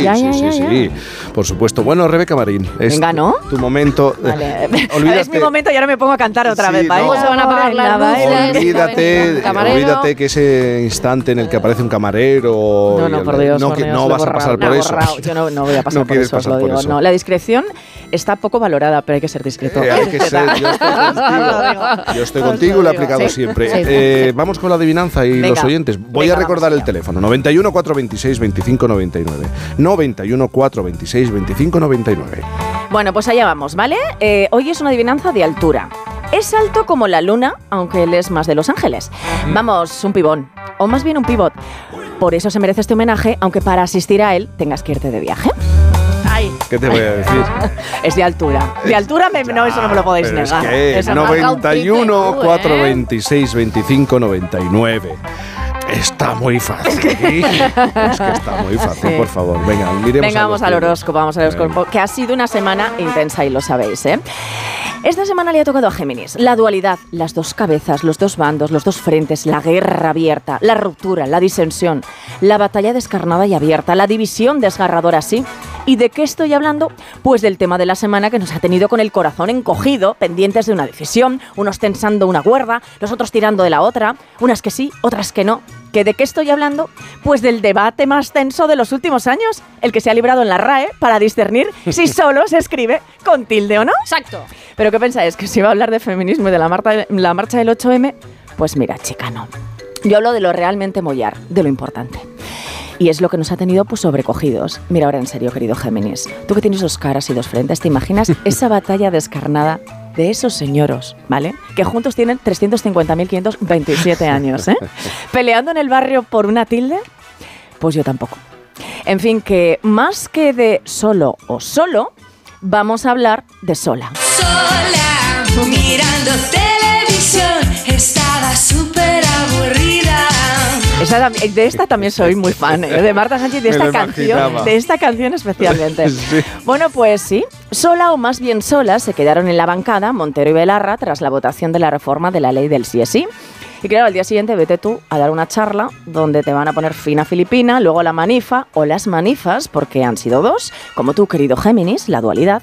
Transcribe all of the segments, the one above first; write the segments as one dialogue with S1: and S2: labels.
S1: Ya,
S2: sí,
S1: ya,
S2: sí,
S1: ya, ya.
S2: sí. Por supuesto. Bueno, Rebeca Marín. es
S1: Venga, ¿no?
S2: Tu momento. Eh,
S1: Vale.
S2: Olvídate-
S1: Es mi momento y ahora me pongo a cantar otra
S2: Sí,
S1: vez, ¿vale?
S2: no.
S3: Pues se van a apagar las
S1: Nada,
S3: luces.
S1: ¿eh?
S2: Olvídate,
S3: Camarero.
S2: olvídate que ese instante en el que aparece un camarero.
S1: No,
S2: y
S1: no,
S2: el-
S1: por Dios.
S2: no,
S1: por
S2: que-
S1: Dios,
S2: no
S1: lo he
S2: vas a
S1: borrado,
S2: pasar
S1: lo
S2: por
S1: he
S2: eso.
S1: borrado. Yo no, no voy a pasar
S2: No
S1: por
S2: quieres
S1: eso, os
S2: pasar
S1: lo
S2: por
S1: digo.
S2: eso.
S1: No, la discreción está poco valorada, pero hay que ser discreto.
S2: Eh, hay que ser, yo estoy contigo. Yo estoy contigo y lo he aplicado siempre.
S3: Sí.
S2: Eh, vamos con la adivinanza y
S1: Venga.
S2: los oyentes. Voy
S1: Venga,
S2: a recordar
S1: vamos
S2: el
S1: allá.
S2: teléfono. 91 426 25 99. 91 426 25 99.
S1: Bueno, pues allá vamos, ¿vale? Eh, hoy es una adivinanza de altura. Es alto como la luna, aunque él es más de Los Ángeles.
S2: Mm.
S1: Vamos, un pibón, o más bien un pivot. Por eso se merece este homenaje, aunque para asistir a él tengas que irte de viaje.
S2: ¿Qué te voy a decir?
S1: Es de altura. De altura, me- no, eso no me lo podéis
S2: Pero es
S1: negar.
S2: que
S1: Eso no.
S2: 91
S3: tú, ¿eh?
S2: 426 25 99. Está muy fácil. es que está muy fácil,
S1: Sí.
S2: por favor. Venga, miremos
S1: Venga,
S2: a
S1: vamos
S2: los
S1: al
S2: tuyos.
S1: horóscopo, vamos al horóscopo, que ha sido una semana intensa y lo sabéis, ¿eh? Esta semana le ha tocado a Géminis. La dualidad, las dos cabezas, los dos bandos, los dos frentes, la guerra abierta, la ruptura, la disensión, la batalla descarnada y abierta, la división desgarradora, sí. ¿Y de qué estoy hablando? Pues del tema de la semana que nos ha tenido con el corazón encogido, pendientes de una decisión, unos tensando una cuerda, los otros tirando de la otra, unas que sí, otras que no. ¿Que de qué estoy hablando? Pues del debate más tenso de los últimos años, el que se ha librado en la RAE para discernir si solo se escribe con tilde o no.
S3: Exacto.
S1: Pero ¿qué pensáis? ¿Que si va a hablar de feminismo y de la, marta- la marcha del 8M? Pues mira, chica, no. Yo hablo de lo realmente mollar, de lo importante. Y es lo que nos ha tenido pues sobrecogidos. Mira ahora en serio, querido Géminis. Tú que tienes dos caras y dos frentes, ¿te imaginas esa batalla descarnada de esos señoros, ¿vale? Que juntos tienen 350.527 años, ¿eh? Peleando en el barrio por una tilde, pues yo tampoco. En fin, que más que de solo o solo, vamos a hablar de sola.
S4: Sola, mirando televisión, estaba súper aburrida.
S1: Esa tam- de esta también soy muy fan, ¿eh? de Marta Sánchez, de
S2: Me
S1: esta
S2: lo
S1: canción,
S2: imaginaba.
S1: de esta canción especialmente.
S2: Eh, Sí.
S1: Bueno, pues sí, sola o más bien sola se quedaron en la bancada Montero y Belarra tras la votación de la reforma de la ley del sí es sí. Y claro, al día siguiente vete tú a dar una charla donde te van a poner fina filipina, luego la manifa o las manifas, porque han sido dos, como tú, querido Géminis, la dualidad.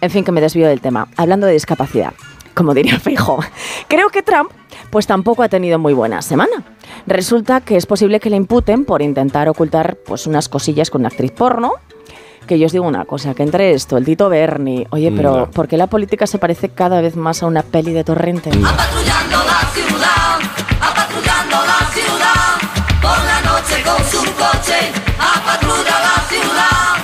S1: En fin, que me desvío del tema. Hablando de discapacidad, como diría Feijóo, creo que Trump pues tampoco ha tenido muy buena semana. Resulta que es posible que le imputen por intentar ocultar pues unas cosillas con una actriz porno. Que yo os digo una cosa, que entre esto, el Tito Berni, oye, pero
S2: Ya.
S1: ¿por qué la política se parece cada vez más a una peli de torrente?
S4: Patrullando la ciudad, a patrullando la ciudad. Por la noche con su coche, a patrulla la ciudad.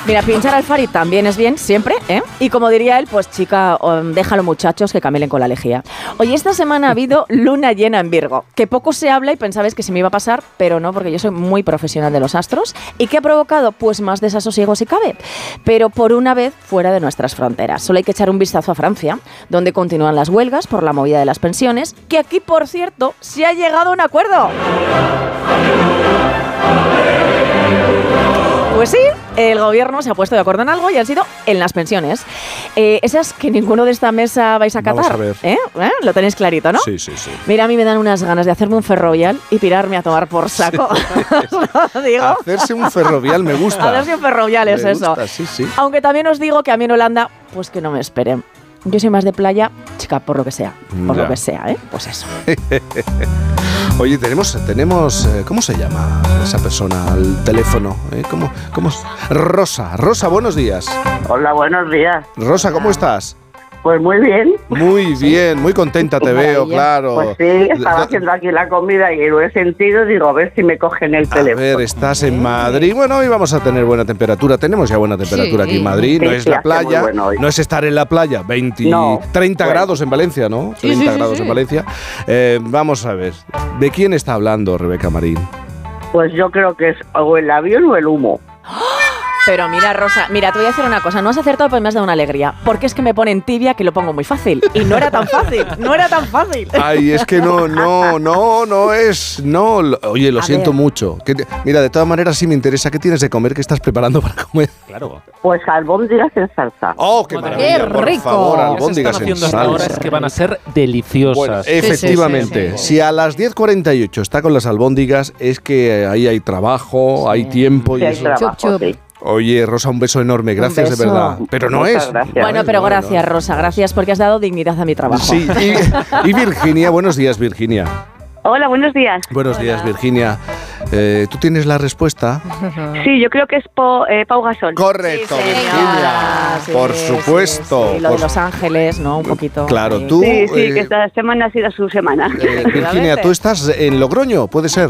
S1: Mira, pinchar al Fari también es bien, siempre, ¿eh? Y como diría él, pues chica, um, déjalo muchachos que camelen con la lejía. Oye, esta semana ha habido luna llena en Virgo, que poco se habla y pensabais que se me iba a pasar, pero no, porque yo soy muy profesional de los astros. ¿Y qué ha provocado? Pues más desasosiego si cabe, pero por una vez fuera de nuestras fronteras. Solo hay que echar un vistazo a Francia, donde continúan las huelgas por la movida de las pensiones, que aquí, por cierto, se ha llegado a un acuerdo. Pues sí, el gobierno se ha puesto de acuerdo en algo y han sido en las pensiones. Eh, esas que ninguno de esta mesa vais a
S2: Vamos
S1: catar.
S2: a ver.
S1: ¿eh? ¿Eh? Lo tenéis clarito, ¿no?
S2: Sí, sí, sí.
S1: Mira, a mí me dan unas ganas de hacerme un ferrovial y pirarme a tomar por saco. Os lo digo.
S2: Hacerse un ferrovial me gusta.
S1: Hacerse un ferrovial es
S2: Ah, Me
S1: eso.
S2: gusta, sí, sí.
S1: Aunque también os digo que a mí en Holanda, pues que no me esperen. Yo soy más de playa, chica, por lo que sea. Por
S2: Ya.
S1: lo que sea, ¿eh? Pues eso.
S2: Oye, tenemos, tenemos, eh, ¿cómo se llama esa persona al teléfono? ¿Eh? ¿Cómo, cómo? es? Rosa, Rosa, buenos días.
S5: Hola, buenos días.
S2: Rosa, ¿cómo estás?
S5: Pues muy bien.
S2: Muy bien, muy contenta te veo,
S1: Maravilla.
S2: claro.
S5: Pues sí, estaba
S2: Da-
S5: haciendo aquí la comida y lo he sentido. Digo, a ver si me cogen el
S2: A
S5: teléfono.
S2: ver, estás en Madrid. Bueno, hoy vamos a tener buena temperatura. Tenemos ya buena temperatura aquí en Madrid. no
S5: Sí,
S2: es
S5: sí,
S2: la
S5: hace muy
S2: playa,
S5: bueno hoy.
S2: no es estar en la playa. 20,
S5: No,
S2: 30
S5: bueno.
S2: grados en Valencia, ¿no? 30 grados en Valencia. Eh, vamos a ver. ¿De quién está hablando Rebeca Marín?
S5: Pues yo creo que es o el avión o el humo.
S1: Pero mira, Rosa, mira, te voy a decir una cosa. No has acertado, pero me has dado una alegría. Porque es que me ponen tibia que lo pongo muy fácil. Y no era tan fácil. No era tan fácil.
S2: Ay, es que no, no, no, no es. No, Lo- oye, lo
S1: A
S2: siento
S1: ver.
S2: mucho. Que te- mira, de todas maneras sí me interesa. ¿Qué tienes de comer? ¿Qué estás preparando para comer?
S6: Claro.
S5: Pues albóndigas en salsa.
S2: ¡Oh, qué
S6: Madre
S2: maravilla!
S3: mía.
S2: Por
S3: ¡Qué rico!
S2: favor,
S6: Lo que se están
S2: albóndigas en
S6: haciendo hasta ahora
S2: salsa.
S6: es que van a ser deliciosas.
S2: Bueno,
S3: Sí,
S2: efectivamente,
S3: sí, sí, sí.
S2: si a las 10.48 está con las albóndigas, es que ahí hay trabajo, hay tiempo y
S5: Sí, hay
S2: eso.
S3: Chup,
S5: trabajo,
S3: chup.
S5: sí.
S2: Oye, Rosa, un beso enorme. Gracias,
S1: beso.
S2: de verdad. Pero no
S5: Muchas
S2: es.
S5: gracias.
S2: No
S1: Bueno,
S2: es,
S1: pero
S2: no es, no
S1: gracias,
S2: es.
S1: Rosa. Gracias porque has dado dignidad a mi trabajo.
S2: Sí, y, y Virginia, buenos días, Virginia.
S3: Hola, buenos días.
S2: Buenos días, Virginia. Eh, ¿Tú tienes la respuesta?
S1: Ah.
S3: Sí, yo creo que es Po- eh, Pau Gasol.
S2: Correcto,
S1: Sí,
S2: Virginia.
S1: señora. Sí,
S2: por
S1: sí,
S2: supuesto.
S1: sí, lo de
S2: por-
S1: Los Ángeles, ¿no? Un poquito.
S2: Claro,
S1: sí.
S2: tú,
S3: Sí, sí,
S2: eh,
S3: que esta semana ha sido su semana.
S2: eh, Virginia, tú estás en Logroño, puede ser.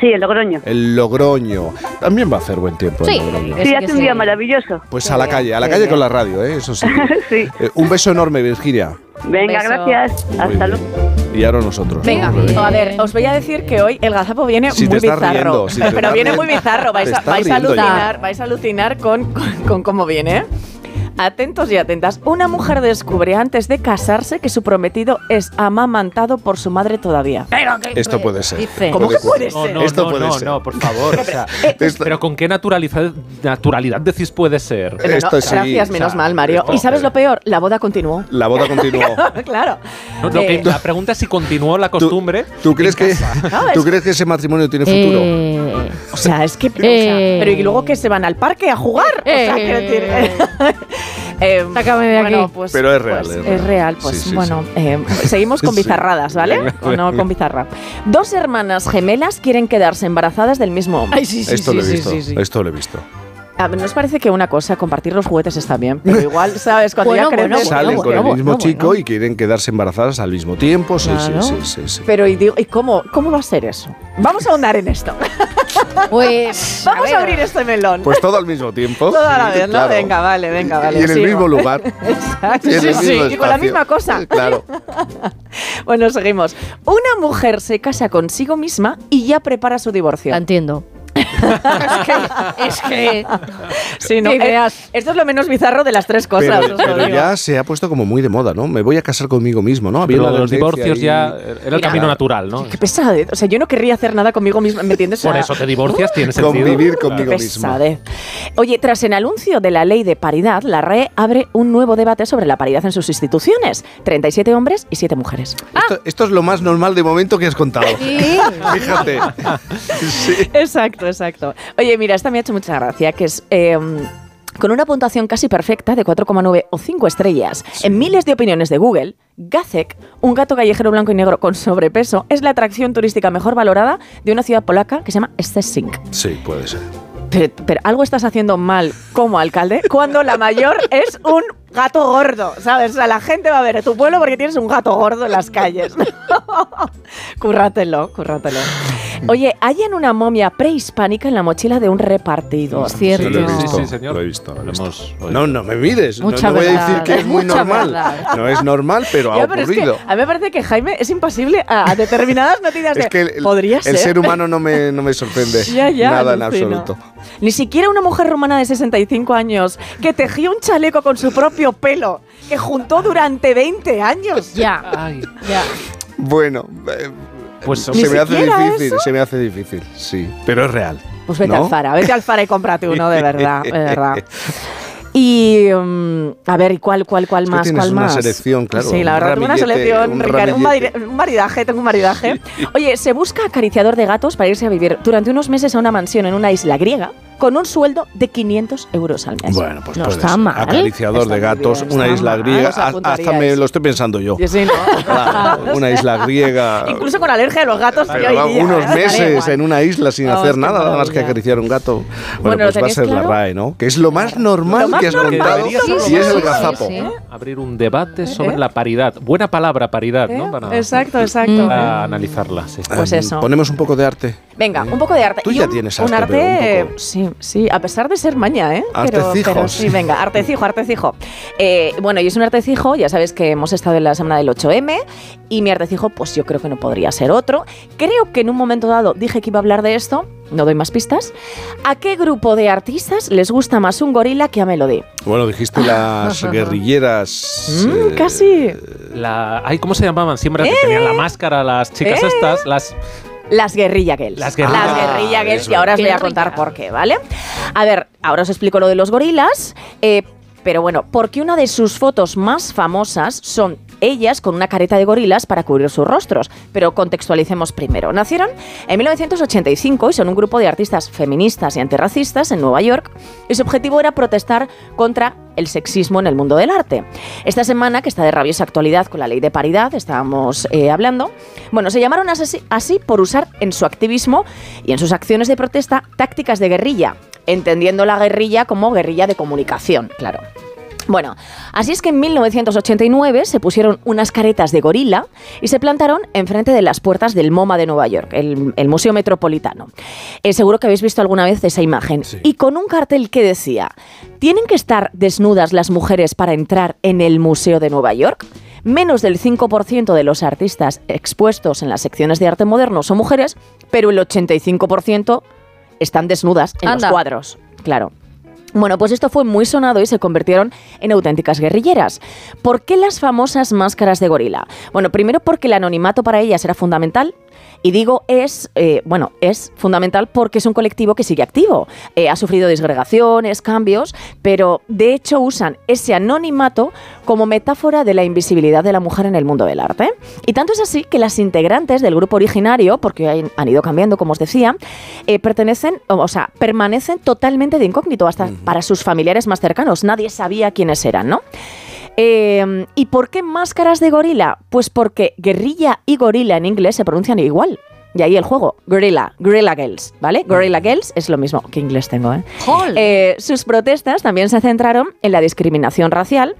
S3: Sí, el Logroño.
S1: Eh.
S2: En Logroño. También va a hacer buen tiempo
S1: Sí.
S2: en Logroño.
S1: Sí
S3: Sí, hace
S1: que
S3: un
S1: sí.
S3: día maravilloso.
S2: Pues
S1: Qué
S2: a la
S1: bien,
S2: calle, a la
S1: qué
S2: calle con
S1: bien.
S2: la radio, ¿eh? eso sí.
S3: Sí.
S2: Eh, un beso enorme, Virginia.
S3: Venga,
S1: beso.
S3: gracias.
S2: Muy
S3: Hasta
S2: bien.
S3: luego.
S2: Y ahora nosotros.
S1: Venga,
S2: Muy bien.
S1: a ver, os voy a decir que hoy el gazapo viene
S2: Si te
S1: muy
S2: estás
S1: bizarro.
S2: riendo, si te
S1: pero
S2: estás
S1: viene
S2: riendo.
S1: muy bizarro, vais,
S2: Te
S1: a,
S2: estás
S1: vais a
S2: riendo ya.
S1: alucinar, vais a alucinar con, con, con cómo viene. ¿eh? Atentos y atentas. Una mujer descubre antes de casarse que su prometido es amamantado por su madre todavía.
S2: Eh, Esto puede ser.
S6: Dice.
S1: ¿Cómo que
S6: Este
S1: puede
S7: No,
S1: ser?
S7: no,
S2: Esto
S7: no,
S2: puede
S7: no,
S2: ser.
S7: no, por favor. o sea,
S2: Esto-
S7: pero con qué naturalidad, naturalidad decís puede ser.
S1: Bueno,
S2: esto sí,
S1: gracias,
S2: o
S1: menos
S7: sea,
S1: mal, Mario.
S7: esto-
S1: ¿Y sabes lo peor? La boda continuó.
S2: La boda continuó.
S1: claro.
S7: No, lo que-
S1: Eh,
S7: la pregunta es si continuó la costumbre.
S2: ¿Tú crees, que,
S1: No, es
S2: ¿Tú crees que ese matrimonio tiene futuro?
S6: Eh,
S1: O sea, es que. o sea,
S6: Eh.
S1: pero y luego que se van al parque a jugar. o sea,
S6: Eh.
S1: quiero decir. eh,
S6: Sácame de
S1: bueno,
S6: aquí.
S1: pues-
S2: Pero es real,
S1: pues
S2: es
S1: es
S2: real.
S1: real. pues
S2: Sí, sí,
S1: bueno. eh, seguimos con
S2: Sí.
S1: bizarradas, ¿vale?
S2: Venga,
S1: O no
S2: venga.
S1: con bizarra. Dos hermanas gemelas quieren quedarse embarazadas del mismo hombre.
S2: esto lo he visto. Esto lo he visto.
S1: A ver, nos parece que una cosa, compartir los juguetes está bien, pero igual, ¿sabes? Cuando
S6: Bueno,
S1: ya creces.
S6: bueno, bueno,
S2: Salen con el
S6: bueno,
S2: mismo
S6: bueno.
S2: chico y quieren quedarse embarazadas al mismo tiempo. Sí, sí,
S1: Claro.
S2: sí, sí, sí.
S1: Pero y digo, ¿y cómo, cómo va a ser eso? Vamos a ahondar en esto.
S6: Pues.
S1: Vamos a,
S6: ver.
S1: abrir este melón.
S2: Pues todo al mismo tiempo.
S1: Toda la vez, ¿no?
S2: Claro.
S1: Venga, vale, venga, vale.
S2: Y en el
S1: sigo.
S2: mismo lugar.
S1: Exacto.
S2: Y en el
S1: Sí,
S2: mismo
S1: sí, y con la
S2: espacio.
S1: misma cosa.
S2: Claro.
S1: Bueno, seguimos. Una mujer se casa consigo misma y ya prepara su divorcio.
S6: La entiendo. es que. Es que.
S1: Sí, no,
S6: Qué
S1: eh,
S6: ideas.
S1: esto es lo menos bizarro de las tres cosas.
S2: Pero,
S1: os lo
S2: pero
S1: digo.
S2: ya se ha puesto como muy de moda, ¿no? Me voy a casar conmigo mismo, ¿no? Había
S7: Pero
S2: una
S7: los
S2: tendencia
S7: divorcios
S2: ahí.
S7: ya eh, era el camino natural, ¿no?
S1: Qué pesadez. O sea, yo no querría hacer nada conmigo misma, ¿me entiendes? O
S7: Por
S1: sea,
S7: eso te divorcias, tiene sentido.
S2: Convivir
S1: Qué
S2: conmigo mismo.
S1: pesadez. Oye, tras el anuncio de la ley de paridad, la RAE abre un nuevo debate sobre la paridad en sus instituciones. 37 hombres y 7 mujeres.
S2: Esto, esto es lo más normal de momento que has contado.
S6: Sí.
S2: Fíjate. Sí.
S1: Exacto, exacto. Oye, mira, esta me ha hecho mucha gracia, que es... eh, con una puntuación casi perfecta de 4,9 o 5 estrellas, en miles de opiniones de Google, Gacek, un gato callejero blanco y negro con sobrepeso, es la atracción turística mejor valorada de una ciudad polaca que se llama Szczecin.
S2: Sí, puede ser.
S1: Pero, pero algo estás haciendo mal como alcalde cuando la mayor es un gato gordo, ¿sabes? O sea, la gente va a ver a tu pueblo porque tienes un gato gordo en las calles. currátelo, currátelo. Oye, hallan una momia prehispánica en la mochila de un repartidor.
S6: Es cierto.
S2: Yo lo he
S6: Sí,
S2: visto.
S7: sí, señor.
S2: Lo he visto. lo he
S7: Lo
S2: visto.
S7: hemos oído.
S2: No, no me mires. No
S6: Mucha
S2: te voy a
S6: verdad.
S2: decir que es muy
S6: Mucha
S2: normal.
S6: verdad.
S2: No es normal, pero ha
S1: Ya, pero es que
S2: ocurrido.
S1: a mí me parece que Jaime es impasible a, a determinadas noticias de...
S2: Es que el,
S1: Podría
S2: el
S1: ser.
S2: ser humano no me, no me sorprende
S1: Ya, ya,
S2: nada en
S1: alucino.
S2: absoluto.
S1: Ni siquiera una mujer rumana de 65 años que tejió un chaleco con su propio pelo, que juntó durante 20 años.
S6: Ya.
S7: Ay,
S6: Ya.
S2: Bueno, eh,
S7: pues
S2: se me hace
S1: siquiera
S2: difícil,
S1: eso.
S2: se me hace difícil, sí. Pero es real.
S1: Pues vete
S2: ¿No?
S1: al Zara, vete al Zara y cómprate uno, de verdad, de verdad. Y mm, a ver, ¿y cuál, cuál, cuál
S2: Es que
S1: más?
S2: tienes
S1: ¿Cuál
S2: una
S1: más?
S2: selección, claro,
S1: Sí, la
S2: un
S1: verdad, tengo una
S2: ramillete,
S1: selección,
S2: un
S1: Ricardo, un,
S2: ramillete.
S1: mari- un maridaje, tengo un maridaje. Oye, se busca acariciador de gatos para irse a vivir durante unos meses a una mansión en una isla griega con un sueldo de 500 euros al mes.
S2: Bueno, pues
S6: No
S2: puede
S6: está
S2: ser.
S6: mal.
S2: Acariciador
S1: Está
S2: de
S1: muy
S2: gatos,
S1: bien,
S2: una
S1: está
S2: isla
S1: mal.
S2: griega, ha-
S1: Os
S2: hasta me
S1: apuntaríais.
S2: lo estoy pensando yo.
S1: Y así, ¿no?
S2: Claro, una isla griega.
S1: Incluso con alergia a los gatos.
S2: Pero
S1: yo
S2: va
S1: iría,
S2: unos
S1: estaría
S2: meses
S1: guay.
S2: en una isla sin
S1: Vamos,
S2: hacer
S1: qué
S2: nada, nada más que
S1: maravilla.
S2: acariciar un gato.
S1: Bueno,
S2: Bueno,
S1: ¿lo
S2: pues va a
S1: tenéis
S2: ser la
S1: claro?
S2: RAE, ¿no? Que es lo más normal
S1: más
S2: que has
S1: normal
S2: contado
S1: que debería
S2: y
S1: ser
S2: es
S1: lo
S2: el
S1: más normal.
S2: gazapo. Em,
S6: Sí, sí.
S7: abrir un debate sobre la paridad. Buena palabra, paridad,
S1: ¿Eh?
S7: ¿no? Para,
S1: Exacto, exacto.
S7: para analizarla, sí.
S1: Pues
S2: Eh,
S1: eso.
S2: Ponemos un poco de arte.
S1: Venga, un poco de arte.
S2: Eh, Tú
S1: Y
S2: ya
S1: un-
S2: tienes
S1: un
S2: arte,
S1: arte.
S2: pero un poco-
S1: Sí, sí, a pesar de ser maña, ¿eh? Pero-
S2: Artecijos.
S1: pero sí, venga, artecijo, artecijo. Eh, bueno, y es un artecijo, ya sabes que hemos estado en la semana del 8M y mi artecijo, pues yo creo que no podría ser otro. Creo que en un momento dado dije que iba a hablar de esto, no doy más pistas. ¿A qué grupo de artistas les gusta más un gorila que a Melody?
S2: Bueno, dijiste las guerrilleras.
S1: Ah. Mm,
S2: eh,
S1: casi.
S7: La, ay, ¿Cómo se llamaban? Siempre que tenían la máscara las chicas
S1: Eh.
S7: estas, las
S1: Las guerrilla girls.
S7: Las guerrilla-
S1: Las guerrilla
S2: Ah,
S1: girls,
S2: eso.
S1: que ahora os voy a contar
S6: Guerrilla.
S1: por qué, ¿vale? A ver, ahora os explico lo de los gorilas, eh, pero bueno, porque una de sus fotos más famosas son ellas con una careta de gorilas para cubrir sus rostros. Pero contextualicemos primero. Nacieron en 1985 y son un grupo de artistas feministas y antirracistas en Nueva York y su objetivo era protestar contra el sexismo en el mundo del arte. Esta semana, que está de rabiosa actualidad con la ley de paridad, estábamos eh, hablando, bueno, se llamaron así, así por usar en su activismo y en sus acciones de protesta tácticas de guerrilla, entendiendo la guerrilla como guerrilla de comunicación, claro. Bueno, así es que en 1989 se pusieron unas caretas de gorila y se plantaron enfrente de las puertas del MoMA de Nueva York, el, el Museo Metropolitano. Eh, seguro que habéis visto alguna vez esa imagen. Y con un cartel que decía, ¿tienen que estar desnudas las mujeres para entrar en el Museo de Nueva York? Menos del 5% de los artistas expuestos en las secciones de arte moderno son mujeres, pero el 85% están desnudas en
S6: Anda.
S1: los cuadros. Claro. Bueno, pues esto fue muy sonado y se convirtieron en auténticas guerrilleras. ¿Por qué las famosas máscaras de gorila? Bueno, primero porque el anonimato para ellas era fundamental. Y digo es, eh, bueno, es fundamental porque es un colectivo que sigue activo. Eh, ha sufrido disgregaciones, cambios, pero de hecho usan ese anonimato como metáfora de la invisibilidad de la mujer en el mundo del arte. Y tanto es así que las integrantes del grupo originario, porque han- han ido cambiando, como os decía, eh, pertenecen, o o sea, permanecen totalmente de incógnito hasta para sus familiares más cercanos. Nadie sabía quiénes eran, ¿no? Eh, ¿Y por qué máscaras de gorila? Pues porque guerrilla y gorila en inglés se pronuncian igual. Y ahí el juego, Gorilla, Gorilla Girls, ¿vale? Gorilla Girls es lo mismo que inglés tengo, ¿eh?
S6: ¡Jol!
S1: Eh, sus protestas también se centraron en la discriminación racial.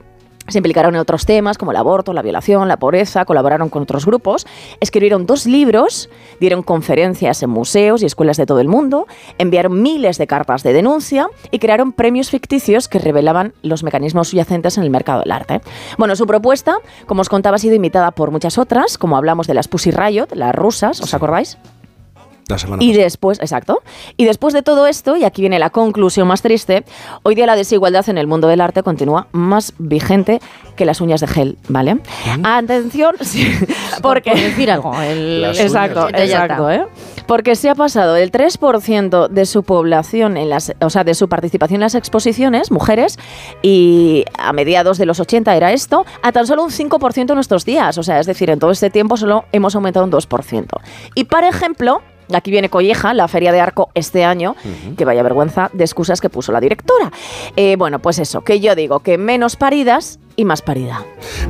S1: Se implicaron en otros temas como el aborto, la violación, la pobreza, colaboraron con otros grupos, escribieron dos libros, dieron conferencias en museos y escuelas de todo el mundo, enviaron miles de cartas de denuncia y crearon premios ficticios que revelaban los mecanismos subyacentes en el mercado del arte. Bueno, su propuesta, como os contaba, ha sido imitada por muchas otras, como hablamos de las Pussy Riot, las rusas, ¿os acordáis?
S2: La semana
S1: Y después, exacto. Y después de todo esto, y aquí viene la conclusión más triste, hoy día la desigualdad en el mundo del arte continúa más vigente que las uñas de gel, ¿vale? Atención, sí,
S6: Por
S1: porque...
S6: decir algo. El,
S2: Las
S1: Exacto,
S6: Ya está.
S1: exacto, ¿eh? Porque se ha pasado del 3% de su población, en las, o sea, de su participación en las exposiciones, mujeres, y a mediados de los 80 era esto, a tan solo un 5% en nuestros días. O sea, es decir, en todo este tiempo solo hemos aumentado un 2%. Y, por ejemplo, aquí viene Colleja, la feria de Arco este año, que vaya vergüenza de excusas que puso la directora. Eh, bueno, pues eso, que yo digo que menos paridas y más paridad.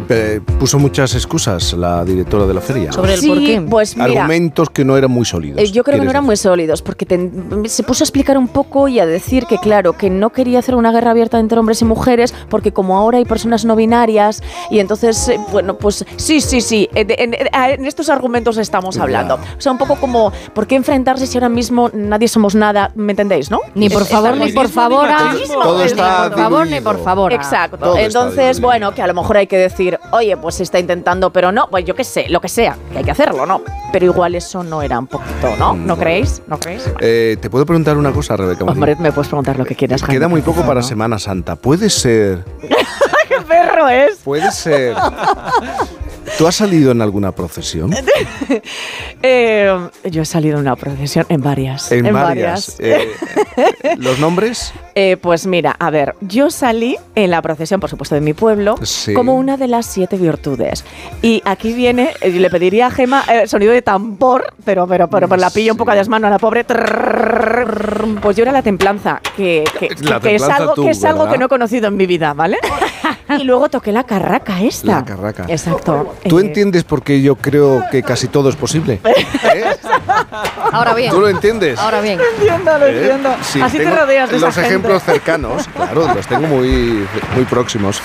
S2: Eh, puso muchas excusas la directora de la feria.
S6: Sobre el
S1: Sí,
S6: porqué.
S1: pues mira,
S2: Argumentos que no eran muy sólidos.
S1: Eh, yo creo que no
S2: ¿Quieres
S1: eran muy sólidos, porque ten- se puso a explicar un poco y a decir que, claro, que no quería hacer una guerra abierta entre hombres y mujeres, porque como ahora hay personas no binarias, y entonces, eh, bueno, pues sí, sí, sí, eh, de- en, eh, en estos argumentos estamos
S2: Ya.
S1: hablando. O sea, un poco como, ¿por qué enfrentarse si ahora mismo nadie somos nada? ¿Me entendéis, no?
S6: Ni por favor, ni por favor. ah.
S2: Todo
S6: Ni
S2: está
S6: por favor, ni por
S2: diluido.
S6: favor. ah.
S1: Exacto.
S2: Todo está
S1: Entonces,
S2: diluido.
S1: bueno, que a lo mejor hay que decir, oye, pues se está intentando, pero no, pues yo qué sé, lo que sea, que hay que hacerlo, ¿no? Pero igual eso no era un poquito, ¿no? ¿No
S2: Mm.
S1: creéis? ¿No creéis?
S2: Eh, Te puedo preguntar una cosa, Rebeca. Marín?
S1: Hombre, me puedes preguntar lo que quieras.
S2: Queda
S1: Jaime,
S2: muy
S1: por
S2: poco
S1: favor,
S2: para
S1: ¿no?
S2: Semana Santa. Puede ser,
S1: ¡Qué perro es!
S2: puede ser. ¿Tú has salido en alguna procesión?
S1: Eh, yo he salido en una procesión, en varias.
S2: En, varias. Eh, ¿Los nombres?
S1: Eh, pues mira, a ver, yo salí en la procesión, por supuesto, de mi pueblo,
S2: Sí.
S1: como una de las siete virtudes. Y aquí viene, eh, le pediría a Gema eh, sonido de tambor, pero, pero, pero, pero la pillo un poco a las manos a la pobre. Trrrrrrrrrrrrrrrrrrrrrrrrrrrrrrrrrrrr. Pues yo era la templanza, que, que-
S2: La
S1: que es
S2: templanza
S1: algo,
S2: tú,
S1: que, es algo
S2: ¿verdad?
S1: que no he conocido en mi vida, ¿vale? y luego toqué la carraca esta.
S2: La carraca.
S1: Exacto.
S2: ¿Tú
S1: Eh,
S2: entiendes por qué yo creo que casi todo es posible? ¿Eh?
S6: Ahora bien.
S2: ¿Tú lo entiendes?
S6: Ahora bien.
S1: Entiendo, lo
S2: ¿Eh?
S1: entiendo.
S2: Sí,
S1: Así te
S2: tengo
S1: rodeas de esa
S2: Los
S1: gente.
S2: ejemplos cercanos, claro, los tengo muy, muy próximos.